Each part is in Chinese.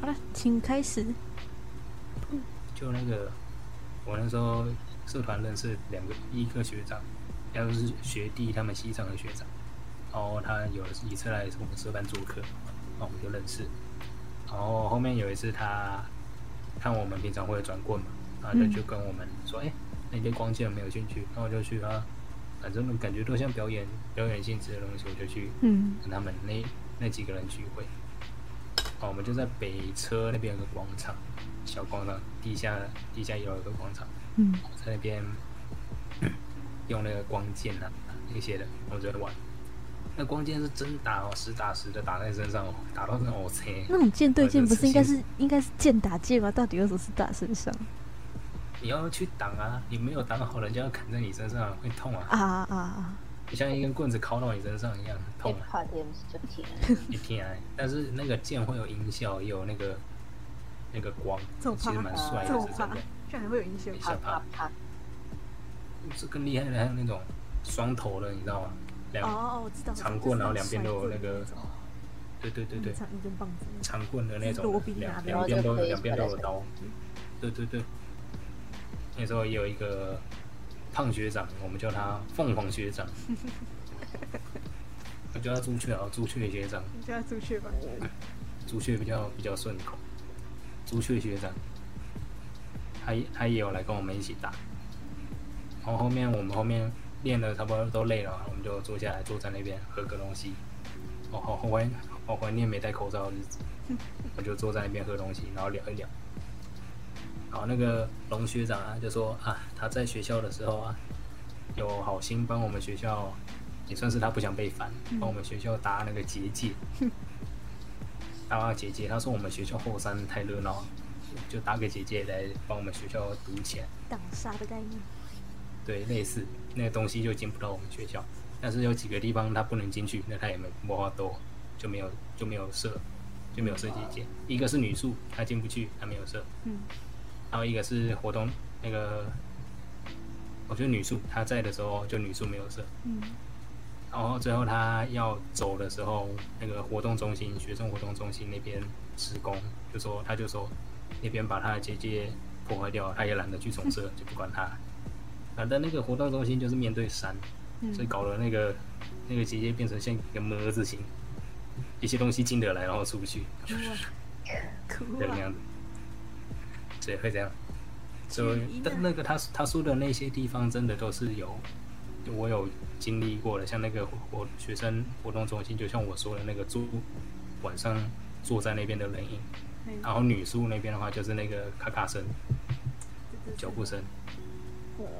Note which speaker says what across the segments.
Speaker 1: 好了，请开始。
Speaker 2: 就那个我那时候社团认识两个一个学长，要是学弟他们系上的学长，然后他有一次来我们社办做客，然后我们就认识。然后后面有一次他看我们平常会转棍嘛，然后就
Speaker 1: 嗯
Speaker 2: 就跟我们说：“哎、那你对光剑有没有兴趣？”然后我就去啊，反正感觉都像表演表演性质的东西，我就去
Speaker 1: 嗯
Speaker 2: 跟他们那那几个人聚会。哦，我们就在北车那边有个广场，小广场，地下地下也有一个广场，
Speaker 1: 嗯
Speaker 2: 在那边用那个光剑啊那些的，我觉得玩。那光剑是真打哦，实打实的打在身上哦，打到那种切。
Speaker 1: 那种剑对
Speaker 2: 我
Speaker 1: 剑
Speaker 2: 就
Speaker 1: 不
Speaker 2: 是
Speaker 1: 是应该
Speaker 2: 先
Speaker 1: 是应该是剑打剑吗？到底为什么是打身上？
Speaker 2: 你要去挡啊，你没有挡好，人家要砍在你身上会痛 啊，
Speaker 1: 啊啊啊！
Speaker 2: 就像一根棍子敲到你身上一样痛啊。
Speaker 3: 跨天就天，
Speaker 2: 一天啊，但是那个剑会有音效，也有那个那个光，
Speaker 1: 这么
Speaker 2: 其实
Speaker 1: 怕
Speaker 2: 蛮帅的，
Speaker 1: 这么
Speaker 2: 是真
Speaker 1: 怕
Speaker 2: 的。
Speaker 1: 居然会有影响
Speaker 3: 啪啪啪，
Speaker 2: 是更厉害的，还有那种双头的，你知道吗？两、
Speaker 1: 哦，我知道，
Speaker 2: 长棍，然后两边都有那个，对对对对，
Speaker 1: 嗯长一根棒子那种。
Speaker 2: 长棍的那
Speaker 1: 就是罗
Speaker 2: 种
Speaker 1: 宾，拿
Speaker 2: 两
Speaker 1: 的
Speaker 2: 两边都
Speaker 3: 然后就可
Speaker 2: 有，
Speaker 3: 以
Speaker 2: 两边都有
Speaker 3: 甩来甩去
Speaker 2: 刀。对对对，那时候也有一个胖学长，我们叫他凤凰 学长，我叫他朱雀啊，朱雀学长，
Speaker 1: 你叫他出去吧。
Speaker 2: 朱雀比较比较顺口。朱雀学长，他也他也有来跟我们一起打。然后后面我们后面练的差不多都累了，我们就坐下来坐在那边喝个东西。我好好怀好怀念没戴口罩的日子，我就坐在那边喝东西，然后聊一聊。然后那个龙学长啊，就说啊，他在学校的时候啊，有好心帮我们学校，也算是他不想被烦，帮我们学校搭那个结界。搭结界，他说我们学校后山太热闹，就搭个结界来帮我们学校堵起来。
Speaker 1: 挡杀的概念。
Speaker 2: 对，类似那个东西就进不到我们学校，但是有几个地方它不能进去，那它也没魔法多，就没有就没有设，就没有设计界。一个是女宿，它进不去，它没有设；
Speaker 1: 嗯
Speaker 2: 然后一个是活动那个，我觉得女宿她在的时候就女宿没有设，
Speaker 1: 嗯
Speaker 2: 然后最后他要走的时候，那个活动中心、学生活动中心那边施工，就说他就说那边把他的结界破坏掉，他也懒得去重设，就不管他。 反正那个活动中心就是面对山，所以
Speaker 1: 嗯。
Speaker 2: 搞了那个那个结界变成像一个么字形，一些东西进得来，然后出不去，
Speaker 1: 哭
Speaker 2: 这个
Speaker 1: 啊！
Speaker 2: 样子。所以会这样。所以，但那个他他说的那些地方，真的都是有我有经历过的，像那个我学生活动中心，就像我说的那个住晚上坐在那边的人影，然后女宿那边的话就是那个咔咔声、脚步声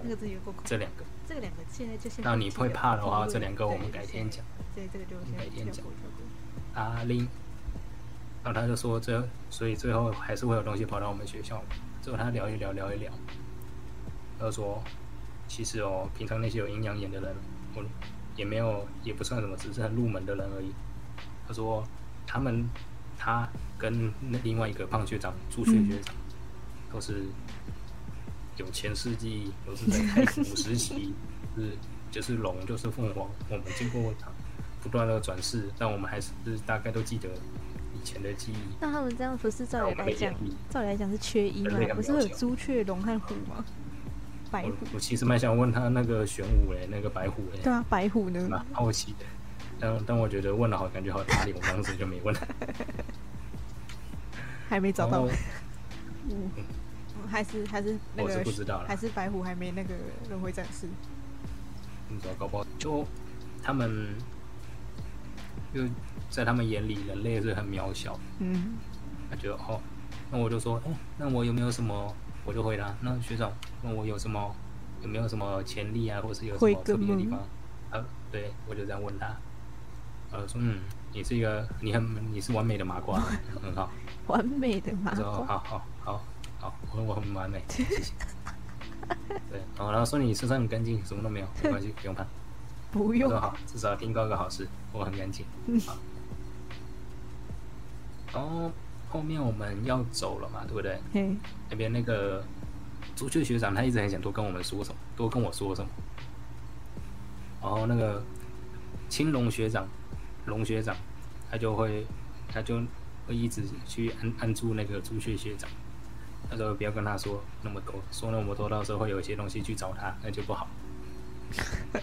Speaker 1: 那个真有够恐
Speaker 2: 这两个。
Speaker 1: 这个两个现在就先。
Speaker 2: 那你会怕的话，这两个我们改天讲。。
Speaker 1: 对，这个就先
Speaker 2: 阿林，然后他就说最后，所以最后还是会有东西跑到我们学校。最后他聊一聊，聊一聊，他就说，其实哦，平常那些有阴阳眼的人，我也没有，也不算什么，只是很入门的人而已。他说，他们他跟那另外一个胖学长朱雀学长，都是有前世记忆，都是在太古时期，是就是龙就是凤凰，我们经过它不断的转世，但我们还是大概都记得以前的记忆。
Speaker 1: 那他们这样不是照理来讲，照理来讲是缺一嘛？不是有朱雀、龙和虎吗？白
Speaker 2: 我
Speaker 1: 虎。
Speaker 2: 我其实蛮想问他那个玄武嘞，那个白虎嘞
Speaker 1: 对，啊，白虎呢？
Speaker 2: 蛮好奇的。但但我觉得问了好感觉好打脸，我当时就没问。
Speaker 1: 还没 找
Speaker 2: 然
Speaker 1: 到
Speaker 2: 后。
Speaker 1: 嗯，还是还是那
Speaker 2: 我
Speaker 1: 个
Speaker 2: 是不知道啦
Speaker 1: 还是白虎还没那个轮回展示。
Speaker 2: 你知道嗯搞不好就他们就在他们眼里人类是很渺小的。
Speaker 1: 嗯，
Speaker 2: 他觉得哦，那我就说，哎、那我有没有什么？我就回答，那学长问我有什么，有没有什么潜力啊，或是有什
Speaker 1: 会
Speaker 2: 么特别的
Speaker 1: 跟
Speaker 2: 地
Speaker 1: 吗
Speaker 2: 方？啊，对，我就这样问他。呃，说嗯，你是一个，你很，你是完美的麻 瓜，很好。
Speaker 1: 完美的麻
Speaker 2: 他说哦
Speaker 1: 瓜。
Speaker 2: 好好好好，我说我很完美，谢 谢。对，哦然后他说你身上很干净，什么都没有，没关系，不用怕。
Speaker 1: 不
Speaker 2: 我
Speaker 1: 用
Speaker 2: 说，好，至少听到个好事，我很干净。好。然后后面我们要走了嘛，对不对？
Speaker 1: 嘿，
Speaker 2: 那边那个朱雀学长他一直很想多跟我们说什么，多跟我说什么。然后那个青龙学长，龙学长，他就会，他就会一直去按按住那个朱雀学长。那时候不要跟他说那么多，说那么多，到时候会有一些东西去找他，那就不好。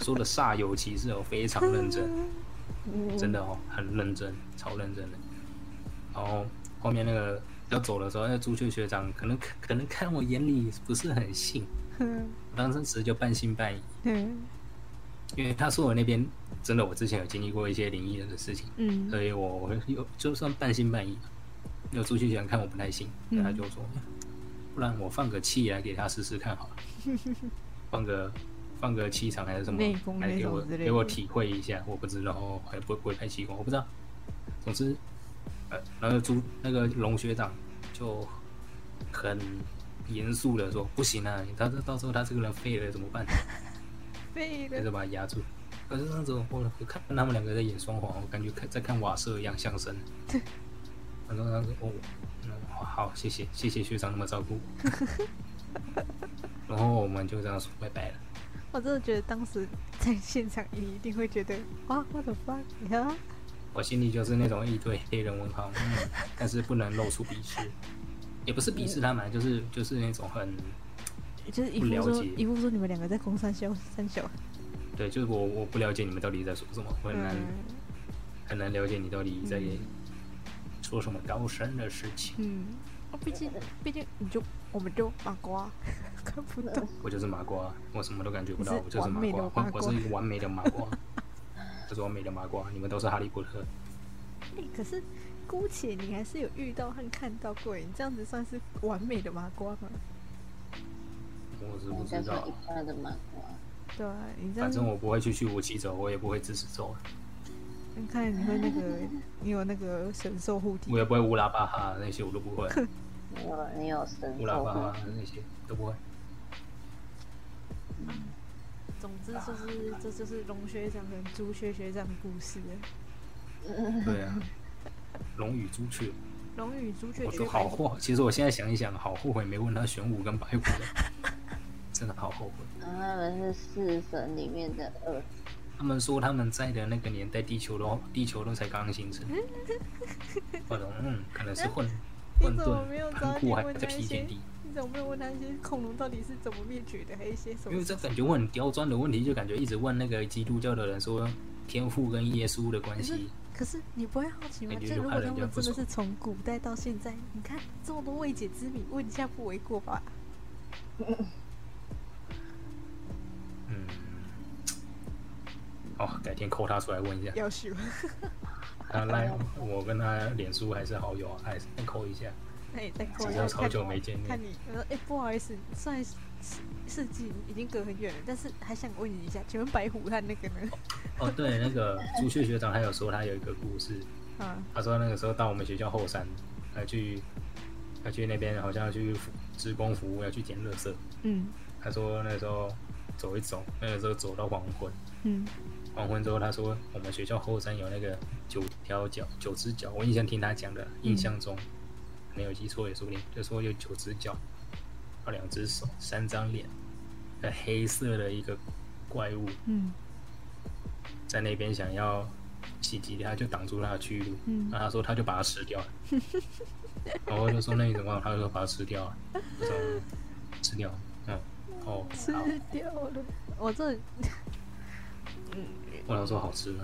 Speaker 2: 说的煞有其事哦，非常认真，真的哦，很认真，超认真的。然后后面那个要走的时候，那朱雀学长可能可能看我眼里不是很信，
Speaker 1: 嗯
Speaker 2: 我当时就半信半疑，
Speaker 1: 嗯
Speaker 2: 因为他说我那边真的，我之前有经历过一些灵异的事情，
Speaker 1: 嗯
Speaker 2: 所以我我有就算半信半疑，有朱雀学长看我不太信，
Speaker 1: 嗯
Speaker 2: 他就说，不然我放个气来给他试试看好了， 放个放个气场还是什么
Speaker 1: 内功，
Speaker 2: 来给
Speaker 1: 那
Speaker 2: 我
Speaker 1: 种之类的
Speaker 2: 给我体会一下，我不知道，还不不会拍气功，我不知道。总之，呃，然后朱那个龙学长就很严肃的说，不行啊，他到时候他这个人废了怎么办？
Speaker 1: 废
Speaker 2: 还是
Speaker 1: 的，
Speaker 2: 把他压住。可是那种我我看他们两个在演双簧，我感觉看在看瓦舍一样相声。然后他说：“哦，嗯，好，谢谢，谢谢学长那么照顾我。”然后我们就这样说拜拜了。
Speaker 1: 我真的觉得当时在现场你一定会觉得哇，我的妈呀！
Speaker 2: 我心里就是那种一堆黑人文豪，嗯，但是不能露出鄙视，也不是鄙视他们，就是就是那种很
Speaker 1: 就是一
Speaker 2: 不了
Speaker 1: 副说
Speaker 2: 解
Speaker 1: 一副说你们两个在攻三小三小，
Speaker 2: 对，就是我我不了解你们到底在说什么，我很难、
Speaker 1: 嗯
Speaker 2: 很难了解你到底在
Speaker 1: 嗯
Speaker 2: 说什么高深的事情。
Speaker 1: 嗯，哦毕竟毕竟你就我们就麻瓜， 看不懂，
Speaker 2: 我就是麻瓜，啊我什么都感觉不到，
Speaker 1: 你是
Speaker 2: 我就是麻
Speaker 1: 完美
Speaker 2: 瓜
Speaker 1: 的，
Speaker 2: 我
Speaker 1: 麻
Speaker 2: 我
Speaker 1: 瓜
Speaker 2: 是一个完美的麻瓜， 我是完美的麻瓜，你们都是哈利波特，
Speaker 1: 哎，可是姑且你还是有遇到和看到过，你这样子算是完美的麻瓜吗？
Speaker 2: 我是不
Speaker 3: 人
Speaker 2: 知
Speaker 3: 家
Speaker 2: 道
Speaker 3: 说一，般的麻瓜，
Speaker 1: 对啊，你这样
Speaker 2: 反正我不会去去武器走，我也不会支持走，
Speaker 1: 你看你会那个，你有那个神兽护体
Speaker 2: 我，也不会乌拉巴哈那些我都不 会，
Speaker 3: 你有你有神啊
Speaker 2: 乌拉
Speaker 3: 兽
Speaker 2: 巴
Speaker 3: 吗
Speaker 2: 哈？那些都不会，
Speaker 1: 总之就是这就是龙学长跟朱学学长的故事了。
Speaker 2: 对啊，龙与朱雀，
Speaker 1: 龙与朱雀
Speaker 2: 我
Speaker 1: 缺
Speaker 2: 说
Speaker 1: 白
Speaker 2: 好
Speaker 1: 虎，
Speaker 2: 后，其实我现在想一想，好后悔没问他玄武跟白虎的， 真的好后悔。
Speaker 3: 然后他们是四神里面的二
Speaker 2: 他们说他们在的那个年代，地球都地球都才刚刚 形成。我懂，嗯，可能是混混
Speaker 1: 你怎么没有
Speaker 2: 沌，
Speaker 1: 早
Speaker 2: 盘
Speaker 1: 点
Speaker 2: 古还
Speaker 1: 问
Speaker 2: 在
Speaker 1: 那
Speaker 2: 屁
Speaker 1: 些
Speaker 2: 天地。
Speaker 1: 你怎么没有问他一些恐龙到底是怎么灭绝的，还有一些什
Speaker 2: 因为
Speaker 1: 么？
Speaker 2: 这感觉我很刁钻的问题，就感觉一直问那个基督教的人说天父跟耶稣的关系，
Speaker 1: 可是你不会好奇吗？
Speaker 2: 感觉
Speaker 1: 就
Speaker 2: 就
Speaker 1: 如
Speaker 2: 害
Speaker 1: 果
Speaker 2: 人
Speaker 1: 他们
Speaker 2: 家不
Speaker 1: 真的
Speaker 2: 爽
Speaker 1: 是从古代到现在，你看这么多未解之谜，问一下不为过吧？
Speaker 2: 嗯，哦，改天扣他出来问一下。
Speaker 1: 要修，
Speaker 2: 他赖我跟他脸书还是好友啊，还是再扣一下。
Speaker 1: 那也再扣
Speaker 2: 其
Speaker 1: 一
Speaker 2: 实
Speaker 1: 下。
Speaker 2: 好久没见面
Speaker 1: 看，你，我说哎、不好意思，虽然是世纪已经隔很远了，但是还想问你一下，请问白虎和那个呢？
Speaker 2: 哦，对，那个朱雀学长还有说他有一个故事，
Speaker 1: 啊，
Speaker 2: 他说那个时候到我们学校后山，要去要去那边好像要去服职工服务，要去捡垃圾。
Speaker 1: 嗯
Speaker 2: 他说那时候走一走，那个时候走到黄昏，
Speaker 1: 嗯，
Speaker 2: 黄昏之后他说我们学校后山有那个九条脚九只脚，我印象听他讲的，印象中可能有记错也说不定，就说有九只脚，有两只手，三张脸，那黑色的一个怪物
Speaker 1: 嗯
Speaker 2: 在那边想要袭击他，就挡住他的去路。
Speaker 1: 嗯
Speaker 2: 那他说他就把它吃 掉了，然后我就说那你怎么办？他就说把它吃掉了，我说嗯吃掉，嗯，哦，
Speaker 1: 吃
Speaker 2: 好，
Speaker 1: 掉了。我这
Speaker 2: 我想说好吃吗？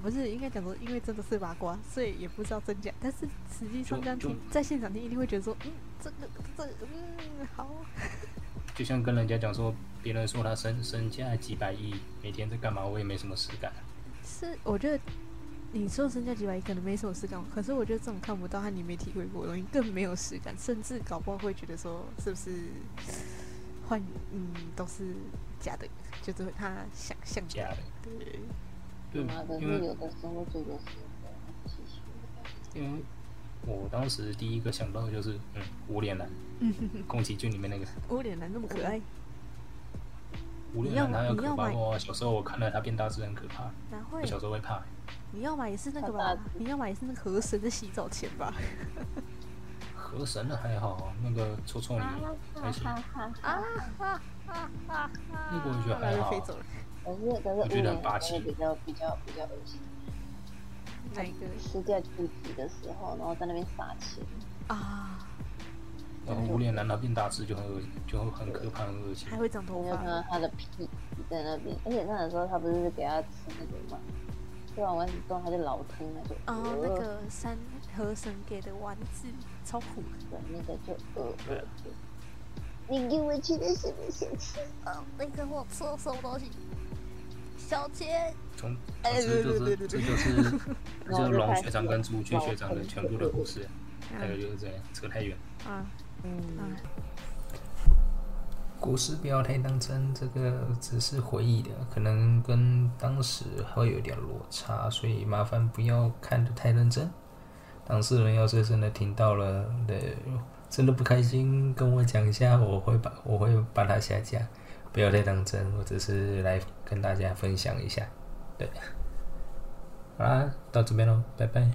Speaker 1: 不是应该讲说，因为真的是麻瓜，所以也不知道真假。但是实际上
Speaker 2: 就
Speaker 1: 这样
Speaker 2: 就
Speaker 1: 听，在现场听一定会觉得说，嗯，这个这个，嗯，好，
Speaker 2: 就像跟人家讲说，别人说他身身价几百亿，每天在干嘛，我也没什么实感。
Speaker 1: 是我觉得。你说身价几百亿可能没什么实感，可是我觉得这种看不到和你没体会过的东西更没有实感，甚至搞不好会觉得说是不是幻嗯都是假的，就是他想象的
Speaker 2: 假的
Speaker 1: 对，
Speaker 2: 对
Speaker 3: 嘛，嗯可，是
Speaker 2: 因为
Speaker 3: 有的时候这个是很奇怪
Speaker 2: 因为我当时第一个想到的就是，嗯，无 脸男，宫崎骏里面那个
Speaker 1: 无脸男那么可爱，
Speaker 2: 无脸男，
Speaker 1: 你要
Speaker 2: 他要
Speaker 1: 你要
Speaker 2: 可怕
Speaker 1: 买
Speaker 2: 过啊。小时候我看了他变大只很可怕，
Speaker 1: 哪会
Speaker 2: 我？小时候会怕欸、
Speaker 1: 你要买也是那个
Speaker 3: 爸
Speaker 1: 吧
Speaker 3: 爸？
Speaker 1: 你要买也是那个河神的洗澡钱吧？
Speaker 2: 河神的还好，那个臭臭女
Speaker 1: 啊
Speaker 2: 还行，
Speaker 3: 哈哈哈！
Speaker 2: 那个我觉得
Speaker 1: 后来
Speaker 2: 还
Speaker 1: 就
Speaker 2: 好
Speaker 1: 飞。走了。
Speaker 3: 可是
Speaker 2: 我
Speaker 3: 可是
Speaker 2: 觉得很
Speaker 3: 五年
Speaker 2: 霸气
Speaker 3: 会比较比较比较恶心，
Speaker 1: 哪一个
Speaker 3: 吃掉自己的时候，然后在那边撒钱，
Speaker 1: 啊？
Speaker 4: 然后无脸男他变大只就很恶心，就很可怕、很恶心
Speaker 1: 还。会长头
Speaker 3: 你就看到
Speaker 1: 发？
Speaker 3: 他的屁股在那边，而且那个时候他不是给他吃那个嘛，吃完丸子之后他就老疼了，就
Speaker 1: 哦，那
Speaker 3: 呃
Speaker 1: 个三河神给的丸子超苦。
Speaker 3: 对那个就呃呃，就你给我吃的什么小吃？
Speaker 5: 呃，那个我吃了什么东西？小杰，
Speaker 4: 从啊
Speaker 1: 哎
Speaker 4: 这
Speaker 1: 对
Speaker 4: 就
Speaker 1: 对
Speaker 4: 是
Speaker 1: 对
Speaker 4: 这
Speaker 1: 对
Speaker 4: 就是这就是龙学长跟朱雀学长的全部的故事，大概
Speaker 1: 嗯
Speaker 4: 就是这样，扯太远。
Speaker 1: 啊
Speaker 3: 嗯，
Speaker 1: 啊！
Speaker 2: 故事不要太当真，这个只是回忆的，可能跟当时会有点落差，所以麻烦不要看得太认真。当事人要是真的听到了，对，真的不开心，跟我讲一下，我会把我会把它下架。不要太当真，我只是来跟大家分享一下。对，好啦，到这边喽，拜拜。